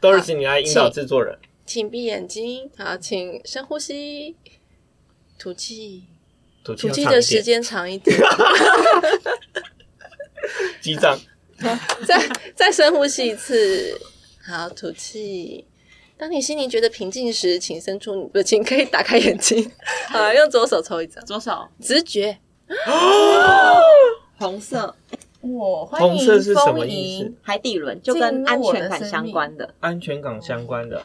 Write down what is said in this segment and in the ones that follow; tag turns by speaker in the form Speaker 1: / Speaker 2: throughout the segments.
Speaker 1: 都是请你来引导制作人。
Speaker 2: 请闭眼睛，好，请深呼吸，吐气，
Speaker 1: 吐
Speaker 2: 吐
Speaker 1: 气
Speaker 2: 气
Speaker 1: 要长一
Speaker 2: 的时
Speaker 1: 点，
Speaker 2: 间长一点，
Speaker 1: 击掌。
Speaker 2: 再再深呼吸一次，好，吐气。当你心里觉得平静时，请伸出你，不，请可以打开眼睛，好，用左手抽一张，
Speaker 3: 左手
Speaker 2: 直觉。
Speaker 3: 红色，
Speaker 4: 我欢
Speaker 1: 红色是
Speaker 4: 迎
Speaker 1: 什么
Speaker 4: 风
Speaker 1: 意思
Speaker 4: 仪，
Speaker 3: 海底轮就
Speaker 4: 进
Speaker 3: 跟
Speaker 4: 入
Speaker 3: 安
Speaker 4: 我
Speaker 3: 全
Speaker 4: 的
Speaker 3: 感
Speaker 4: 生
Speaker 3: 相
Speaker 4: 命
Speaker 3: 关的。
Speaker 1: 安全感相关的。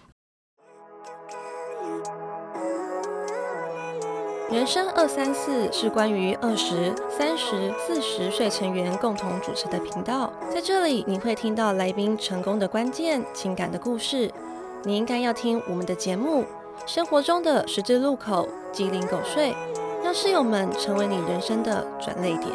Speaker 5: 人生二三四是关于二十三十四十岁成员共同主持的频道，在这里你会听到来宾成功的关键、情感的故事。你应该要听我们的节目，生活中的十字路口、鸡零狗碎，让室友们成为你人生的转泪点。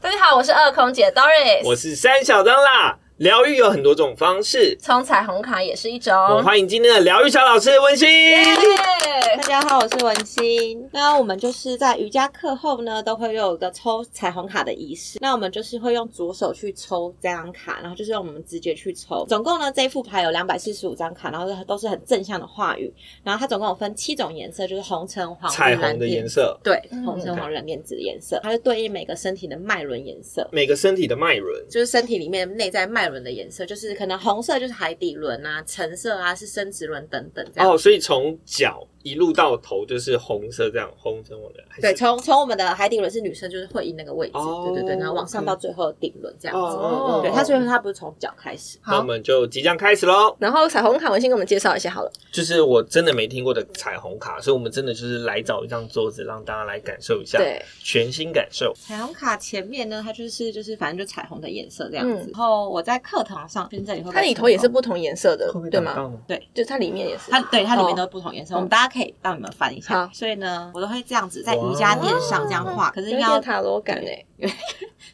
Speaker 4: 大家好，我是二空姐 Doris，
Speaker 1: 我是三小张啦，疗愈有很多种方式。
Speaker 4: 从彩虹卡也是一种。
Speaker 1: 我们欢迎今天的疗愈小老师温馨。
Speaker 4: 耶
Speaker 3: 大家好，我是文心。那我们就是在瑜伽课后呢，都会有一个抽彩虹卡的仪式。那我们就是会用左手去抽这张卡，然后就是用我们直觉去抽。总共呢，这一副牌有两百四十五张卡，然后都是很正向的话语。然后它总共有分七种颜色，就是红、橙、黄、
Speaker 1: 彩
Speaker 3: 绿蓝
Speaker 1: 虹的
Speaker 3: 靛
Speaker 1: 颜。色，
Speaker 3: 对，
Speaker 4: 嗯
Speaker 3: 红橙黄绿蓝靛紫的颜色，它就对应每个身体的脉轮颜色。
Speaker 1: 每个身体的脉轮。
Speaker 3: 就是身体里面内在脉轮的颜色，就是可能红色就是海底轮啊，橙色啊是生殖轮等等这样。
Speaker 1: 哦，所以从脚一路到头就是红色，这样红橙黄绿。还是
Speaker 3: 对，从从我们的海底轮是女生，就是会阴那个位置，
Speaker 1: 哦
Speaker 3: 对对对，然后往上
Speaker 1: OK
Speaker 3: 到最后的顶轮这样子。
Speaker 1: 哦
Speaker 3: 对，它所以它不是从脚开始。
Speaker 1: 那我们就即将开始喽。
Speaker 2: 然后彩虹卡，我先给我们介绍一下好了。
Speaker 1: 就是我真的没听过的彩虹卡，所以我们真的就是来找一张桌子，让大家来感受一下，
Speaker 2: 对，
Speaker 1: 全新感受。
Speaker 3: 彩虹卡前面呢，它就是就是反正就彩虹的颜色这样子。
Speaker 2: 嗯
Speaker 3: 然后我在课堂上跟这里会不会
Speaker 2: 它里头也是
Speaker 3: 成功
Speaker 2: 不同颜色的
Speaker 1: 会不会，
Speaker 2: 对
Speaker 1: 挡
Speaker 2: 吗？
Speaker 1: 到呢？
Speaker 2: 就它里面也是。
Speaker 3: 它对它里面都是不同颜色，
Speaker 2: 哦
Speaker 3: 我们大家可以让你们翻一下。
Speaker 2: 好
Speaker 3: 所以呢，我都会这样子在瑜伽垫上这样画，可是
Speaker 2: 有一
Speaker 3: 要
Speaker 2: 点塔罗感哎，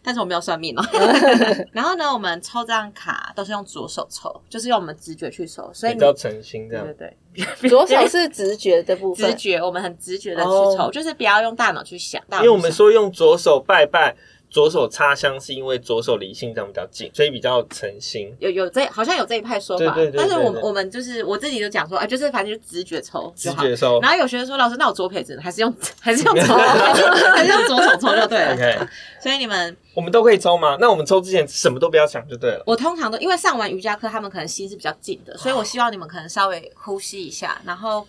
Speaker 3: 但是我没有算命哦。 然后呢，我们抽这张卡都是用左手抽，就是用我们直觉去抽，所以
Speaker 1: 比
Speaker 3: 你
Speaker 1: 较诚心这
Speaker 3: 对
Speaker 1: 样
Speaker 3: 对。对。
Speaker 2: 左手是直觉的部
Speaker 3: 直
Speaker 2: 分，
Speaker 3: 觉，我们很直觉的去
Speaker 1: 哦
Speaker 3: 抽，就是不要用大脑去想。因
Speaker 1: 因为我们说用左手拜拜，左手插香，是因为左手离心脏比较近，所以比较诚心。
Speaker 3: 有有这好像有这一派说法，
Speaker 1: 对对对
Speaker 3: 但是
Speaker 1: 对
Speaker 3: 我们
Speaker 1: 对
Speaker 3: 我们就是我自己就讲说啊，就是反正就直觉抽
Speaker 1: 直
Speaker 3: 就好。
Speaker 1: 觉收
Speaker 3: 然后有学生说老师，那我左撇子还是用还是用 左还是还是用左手抽就对了。
Speaker 1: ，OK，
Speaker 3: 所以你们
Speaker 1: 我们都可以抽吗？那我们抽之前什么都不要想就对了。
Speaker 3: 我通常都因为上完瑜伽课，他们可能心是比较静的，所以我希望你们可能稍微呼吸一下，然后。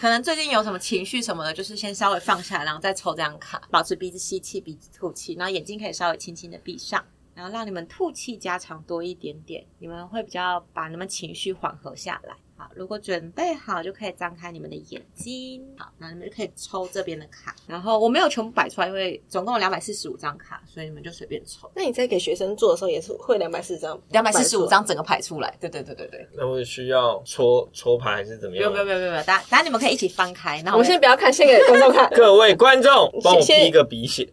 Speaker 3: 可能最近有什么情绪什么的，就是先稍微放下，然后再抽这张卡，保持鼻子吸气，鼻子吐气，然后眼睛可以稍微轻轻的闭上，然后让你们吐气加长多一点点，你们会比较把你们情绪缓和下来。好，如果准备好就可以张开你们的眼睛，好，那你们就可以抽这边的卡。然后我没有全部摆出来，因为总共有两百四十五张卡，所以你们就随便抽，
Speaker 2: 那你在给学生做的时候也是会两百四张，
Speaker 3: 两百四十五张整个排出来。对对对对对。
Speaker 1: 那我需要戳戳牌还是怎么
Speaker 3: 不
Speaker 1: 样。
Speaker 3: 用不？用不用不用，等下等下你们可以一起翻开，然
Speaker 2: 我
Speaker 3: 后
Speaker 2: 们先不要看，先给观众 看
Speaker 1: 各位观众，帮我
Speaker 2: 先
Speaker 1: 滴一个鼻 血。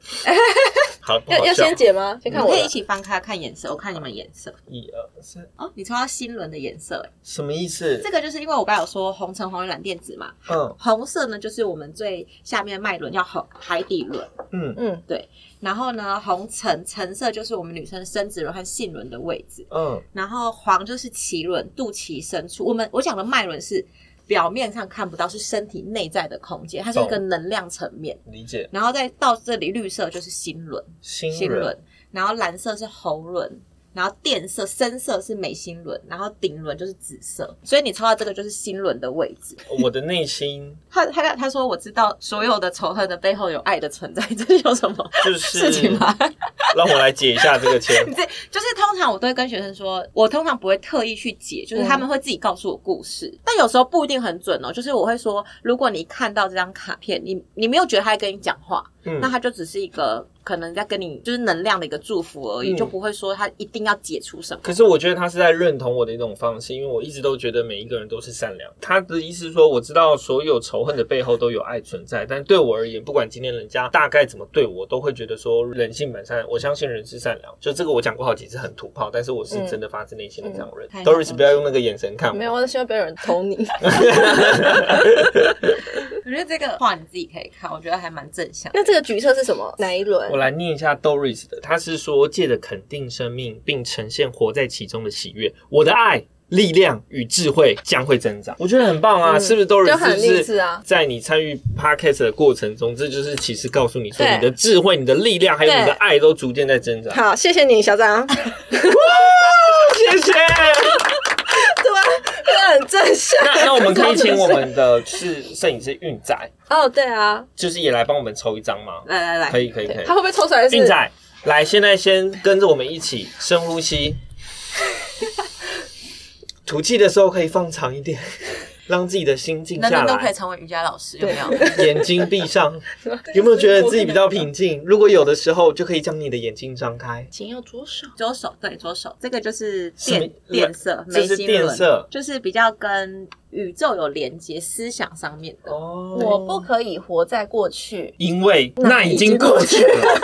Speaker 1: 好，不
Speaker 2: 要
Speaker 1: 好
Speaker 2: 要
Speaker 1: 笑
Speaker 2: 先解吗？先
Speaker 3: 你
Speaker 2: 看
Speaker 3: 们
Speaker 2: 我
Speaker 3: 可以
Speaker 2: 的
Speaker 3: 一。起翻开看颜色，我看你们颜色
Speaker 1: 一二三，
Speaker 3: 哦，你抽到新轮的颜色，哎
Speaker 1: 什么意思
Speaker 3: 这？个就是因为我刚才有说红橙黄绿蓝靛紫嘛，
Speaker 1: 嗯
Speaker 3: 红色呢就是我们最下面的脉轮叫红海底轮，
Speaker 1: 嗯
Speaker 2: 嗯，
Speaker 3: 然后呢红橙橙色就是我们女生生殖轮和性轮的位置，
Speaker 1: 嗯，
Speaker 3: 然后黄就是脐轮肚脐深处，我们我讲的脉轮是。表面上看不到，是身体内在的空间，它是一个
Speaker 1: 懂
Speaker 3: 能量层面。
Speaker 1: 理解。
Speaker 3: 然后再到这里，绿色就是心轮，
Speaker 1: 心
Speaker 3: 心
Speaker 1: 轮
Speaker 3: 轮，然后蓝色是喉轮，然后靛色、深色是眉心轮，然后顶轮就是紫色。所以你抽到这个就是心轮的位置。
Speaker 1: 我的内心
Speaker 3: 他他他说我知道所有的仇恨的背后有爱的存在，这有什么？
Speaker 1: 就
Speaker 3: 事
Speaker 1: 是
Speaker 3: 情吗？
Speaker 1: 让我来解一下这个签。
Speaker 3: 这就是通常我都会跟学生说，我通常不会特意去解，
Speaker 1: 嗯
Speaker 3: 就是他们会自己告诉我故事，但有时候不一定很准哦。就是我会 说，如果你看到这张卡片，你你没有觉得他在跟你讲话，
Speaker 1: 嗯
Speaker 3: 那它就只是一个可能在跟你就是能量的一个祝福而已，
Speaker 1: 嗯
Speaker 3: 就不会说他一定要解除什么。
Speaker 1: 可是我觉得他是在认同我的一种方式，因为我一直都觉得每一个人都是善良。他的意思是说，我知道所有仇恨的背后都有爱存在，但对我而言，不管今天人家大概怎么对我，都会觉得说人性本善。我相信人是善良，就这个我讲过好几次，很土炮，但是我是真的发自内心的这样认。
Speaker 3: 嗯嗯
Speaker 1: Doris，不要用那个眼神看我。
Speaker 2: 没有，我希望不要有人捅你。
Speaker 3: 我觉得这个话你自己可以看，我觉得还蛮正向的。
Speaker 2: 那这个橘色是什么？哪一轮
Speaker 1: 我？来念一下 Doris 的，他是说借着肯定生命，并呈现活在其中的喜悦，我的爱、力量与智慧将会增长。我觉得很棒啊，
Speaker 2: 嗯
Speaker 1: 是不是 Doris？
Speaker 2: 就很励
Speaker 1: 是
Speaker 2: 志啊
Speaker 1: 在你参与 Podcast 的过程中，这就是其实告诉你说，
Speaker 2: 对
Speaker 1: 你的智慧、你的力量还有你的爱都逐渐在增长。
Speaker 2: 好，谢谢你，小张。
Speaker 1: 谢谢。
Speaker 2: 对啊，这很正向。
Speaker 1: 那那我们可以请我们的 是摄影师运仔，
Speaker 2: 哦，对啊，
Speaker 1: 就是也来帮我们抽一张吗？
Speaker 3: 来来来，
Speaker 1: 可以，可以，可以
Speaker 2: 他。会不会抽出来是
Speaker 1: 运？仔，来，现在先跟着我们一起深呼吸，吐气的时候可以放长一点， 让自己的心静
Speaker 3: 人
Speaker 1: 下
Speaker 3: 人都可以
Speaker 1: 来，
Speaker 3: 成为瑜伽老师，有没有？
Speaker 1: 眼睛闭上。有没有觉得自己比较平静？如果有的时候，就可以将你的眼睛张开。
Speaker 2: 请用左手。
Speaker 3: 左手对左手，这个就是
Speaker 1: 什么
Speaker 3: 电电色，
Speaker 1: 这
Speaker 3: 眉
Speaker 1: 是
Speaker 3: 心
Speaker 1: 电
Speaker 3: 轮
Speaker 1: 色
Speaker 3: 就是比较跟宇宙有连接，思想上面的。
Speaker 1: 哦
Speaker 4: 我不可以活在过去，
Speaker 1: 因为那已经过去了。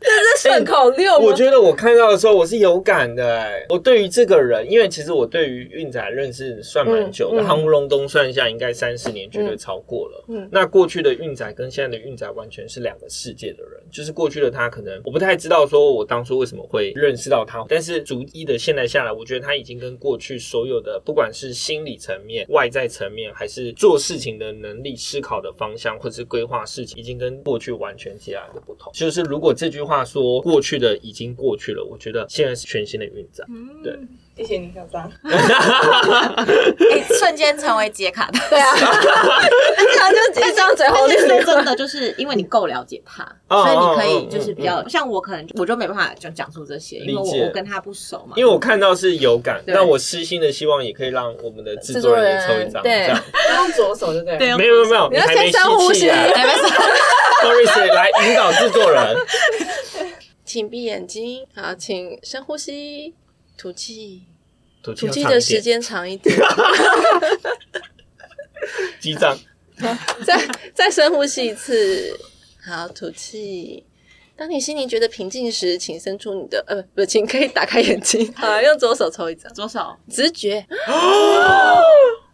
Speaker 2: 这顺口溜吗？
Speaker 1: 嗯我觉得我看到的时候我是有感的、哎，我对于这个人，因为其实我对于运仔认识算蛮久的，
Speaker 2: 嗯嗯
Speaker 1: 航、嗯、隆东算一下应该三四年，绝对超过了。
Speaker 2: 嗯
Speaker 1: 那过去的运仔跟现在的运仔完全是两个世界的人，就是过去的他可能我不太知道说我当初为什么会认识到他，但是逐一的现在下来，我觉得他已经跟过去所有的不管是心理层面、外在层面，还是做事情的能力、思考的方向，或是规划事情，已经跟过去完全截然的不同。就是如果这句话说过去的已经过去了，我觉得现在是全新的运仔。
Speaker 2: 嗯
Speaker 6: 谢谢你，小 张。
Speaker 3: 哎、瞬间成为解卡 的。
Speaker 2: 对啊， 这样就一张嘴红
Speaker 3: 但
Speaker 2: 绿
Speaker 3: 是
Speaker 2: 绿
Speaker 3: 说真的，就是因为你够了解他，
Speaker 1: 啊哦
Speaker 3: 所以你
Speaker 1: 哦
Speaker 3: 可以
Speaker 1: 哦
Speaker 3: 就是比较、像我，可能我就没办法就讲出这些，因为
Speaker 1: 理解
Speaker 3: 我我跟他不熟嘛。
Speaker 1: 因为我看到是有感，
Speaker 3: 对
Speaker 1: 那我私心的希望也可以让我们的制作人也抽一张，
Speaker 2: 制作人
Speaker 1: 这样
Speaker 6: 用左手就对了。
Speaker 3: 对，
Speaker 1: 没有没有没有， 你
Speaker 2: 你要
Speaker 1: 还没
Speaker 2: 先深呼
Speaker 1: 吸
Speaker 2: 吸
Speaker 1: 气。啊。
Speaker 3: 哎，没事，
Speaker 1: Doris 来引导制作 人。
Speaker 2: 请闭眼睛，好，请深呼吸，吐气，
Speaker 1: 吐
Speaker 2: 吐气的时间长一点，
Speaker 1: 记账，
Speaker 2: 再再深呼吸一次，好，吐气。当你心里觉得平静时，请伸出你的呃，不，请可以打开眼睛， 好，用左手抽一张，
Speaker 3: 左手
Speaker 2: 直觉，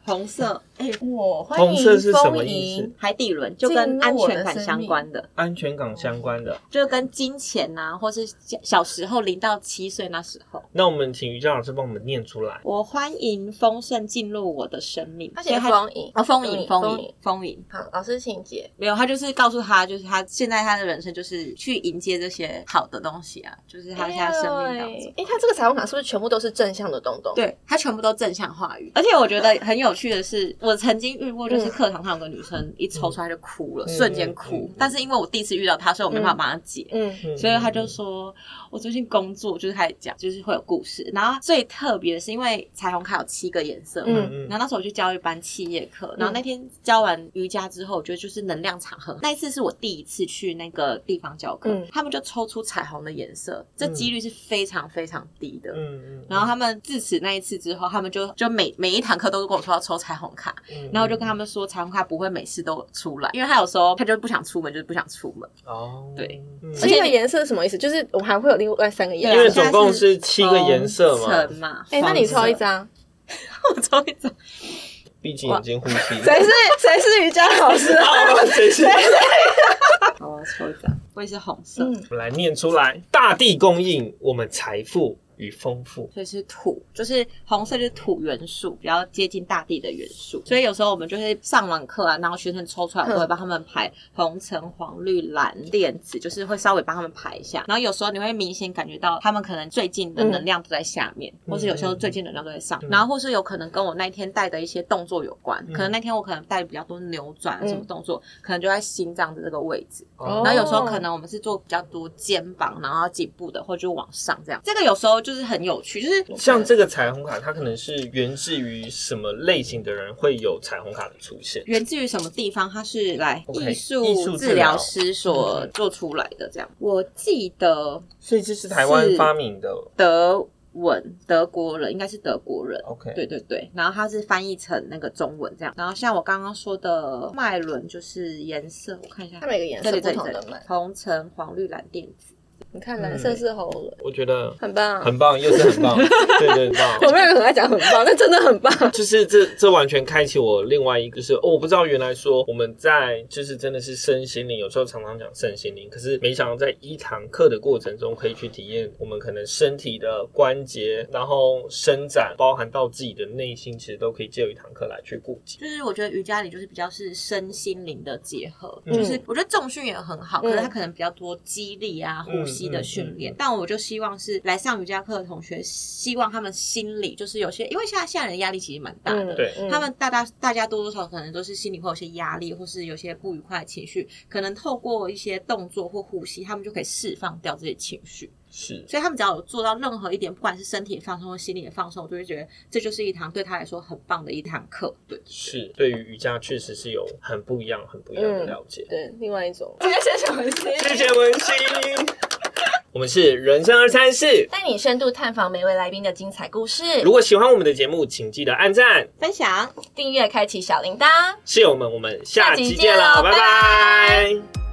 Speaker 3: 红色，哎、
Speaker 4: 我欢
Speaker 1: 红色是
Speaker 4: 迎
Speaker 1: 什么
Speaker 4: 丰
Speaker 1: 意思
Speaker 4: 盈，？
Speaker 3: 海底轮就
Speaker 4: 进
Speaker 3: 跟
Speaker 4: 入
Speaker 3: 安
Speaker 4: 我
Speaker 3: 全
Speaker 4: 的
Speaker 3: 感
Speaker 4: 生
Speaker 3: 相
Speaker 4: 命
Speaker 3: 关的，
Speaker 1: 安全感相关的。
Speaker 3: 就跟金钱呐、或是小小时候零到七岁那时候。
Speaker 1: 那我们请瑜伽老师帮我们念出来。
Speaker 3: 我欢迎丰盛进入我的生命。
Speaker 4: 他
Speaker 3: 所
Speaker 4: 写
Speaker 3: 以
Speaker 4: 丰盈
Speaker 3: 啊，丰盈，丰
Speaker 4: 丰
Speaker 3: 盈
Speaker 4: 盈，
Speaker 3: 丰盈。
Speaker 4: 好，老师请解。
Speaker 3: 没有，他就是告诉他，就是他现在他的人生就是去迎接这些好的东西啊，就是他现在生命当中。
Speaker 4: 哎，他这个彩虹卡是不是全部都是正向的东东？
Speaker 3: 对他全部都正向话语，而嗯且我觉得很有趣的是，我曾经遇过，就是课堂上有个女生一抽出来就哭了，
Speaker 1: 嗯
Speaker 3: 瞬间
Speaker 1: 嗯
Speaker 3: 哭
Speaker 1: 嗯嗯。
Speaker 3: 但是因为我第一次遇到她，所以我没办法帮她解。
Speaker 2: 嗯，
Speaker 3: 所以他就说，我最近工作就是开始讲，就是会有故事。然后最特别的是，因为彩虹卡有七个颜色嘛，
Speaker 1: 嗯嗯
Speaker 3: 然后那时候我去教一班企业课，然后那天教完瑜伽之后，我觉得就是能量场合。那一次是我第一次去那个地方教课，
Speaker 2: 嗯
Speaker 3: 他们就抽出彩虹的颜色，这几率是非常非常低的。
Speaker 1: 嗯嗯
Speaker 3: 然后他们自此那一次之后，他们就就每每一堂课都跟我说要抽彩虹卡，
Speaker 1: 嗯
Speaker 3: 然后我就跟他们说彩虹卡不会每次都出来，因为他有时候他就不想出门，就是不想出门。
Speaker 1: 哦，
Speaker 3: 对
Speaker 1: 嗯，
Speaker 2: 而且那个颜色是什么意思？就是我们还会有另外三个颜
Speaker 1: 因为
Speaker 2: 色。
Speaker 1: 总共是七个颜色嘛，
Speaker 3: 红橙呃嘛，
Speaker 2: 哎、那你抽一张，
Speaker 3: 我抽一张，
Speaker 1: 闭起眼睛呼吸。
Speaker 2: 谁是 谁是瑜伽老师啊？
Speaker 1: 好谁是？
Speaker 3: 好，
Speaker 1: 啊
Speaker 3: 我抽一张，我也是红色，
Speaker 2: 嗯
Speaker 1: 我们来念出来：大地供应我们财富与丰富。
Speaker 3: 所以是土，就是红色就是土元素，比较接近大地的元素。所以有时候我们就会上完课啊，然后学生抽出来，
Speaker 1: 嗯
Speaker 3: 我会帮他们排红、橙、黄、绿、蓝、靛、紫，就是会稍微帮他们排一下。然后有时候你会明显感觉到他们可能最近的能量都在下面，或是有时候最近能量都在上，
Speaker 1: 嗯
Speaker 3: 然后或是有可能跟我那一天带的一些动作有关，
Speaker 1: 嗯
Speaker 3: 可能那天我可能带比较多扭转啊什么动作，可能就在心脏的这个位置。
Speaker 1: 哦
Speaker 3: 然后有时候可能我们是做比较多肩膀，然后颈部的，或者就往上这样。这个有时候就是很有趣，就是
Speaker 1: 像这个彩虹卡，它可能是源自于什么类型的人会有彩虹卡的出现？
Speaker 3: 源自于什么地方？它是来
Speaker 1: OK，
Speaker 3: 艺
Speaker 1: 艺术
Speaker 3: 术
Speaker 1: 治
Speaker 3: 治
Speaker 1: 疗
Speaker 3: 疗师所做出来的。这样，我记得
Speaker 1: 所以这是台湾发明的。
Speaker 3: 德文德国人应该是德国人。
Speaker 1: OK，
Speaker 3: 对对对，然后它是翻译成那个中文这样，然后像我刚刚说的脉轮就是颜色，我看一下，
Speaker 2: 它每个颜
Speaker 3: 对
Speaker 2: 色
Speaker 3: 对
Speaker 2: 不
Speaker 3: 对
Speaker 2: 同
Speaker 3: 对
Speaker 2: 的门，
Speaker 3: 红橙黄绿蓝靛紫，
Speaker 2: 你看蓝色是喉轮，
Speaker 1: 我觉得
Speaker 2: 很棒。
Speaker 1: 很棒，又是很棒，对对棒。
Speaker 2: 我没有很爱讲很棒，但真的很棒。
Speaker 1: 就是这这完全开启我另外一个，就是哦，我不知道原来说我们在就是真的是身心灵，有时候常常讲身心灵，可是没想到在一堂课的过程中，可以去体验我们可能身体的关节，然后伸展，包含到自己的内心，其实都可以借由一堂课来去顾及。
Speaker 3: 就是我觉得瑜伽里就是比较是身心灵的结合，
Speaker 1: 嗯
Speaker 3: 就是我觉得重训也很好，可是它
Speaker 2: 嗯
Speaker 3: 可能比较多肌力啊、
Speaker 1: 嗯
Speaker 3: 呼吸的训
Speaker 1: 嗯
Speaker 3: 练。
Speaker 1: 嗯
Speaker 3: 但我就希望是来上瑜伽课的同学，希望他们心里就是有些，因为现在现在人压力其实蛮大的。
Speaker 1: 对
Speaker 2: 嗯
Speaker 3: 他们大大大家多多少少可能都是心里会有些压力，或是有些不愉快的情绪，可能透过一些动作或呼吸，他们就可以释放掉这些情绪。
Speaker 1: 是，
Speaker 3: 所以他们只要有做到任何一点，不管是身体的放松或心理的放松，我就会觉得这就是一堂对他来说很棒的一堂课。对，
Speaker 1: 是对于瑜伽确实是有很不一样、很不一样的了解。
Speaker 2: 对，另外一种嗯
Speaker 1: 谢谢文心，我们是人生二三四。
Speaker 4: 带你深度探访每位来宾的精彩故事，
Speaker 1: 如果喜欢我们的节目，请记得按赞、
Speaker 3: 分享。
Speaker 4: 订阅开启小铃铛。
Speaker 1: 室友们，我们下
Speaker 4: 下集
Speaker 1: 期见
Speaker 4: 见
Speaker 1: 了，
Speaker 4: 咯
Speaker 1: 拜
Speaker 4: 拜
Speaker 1: 拜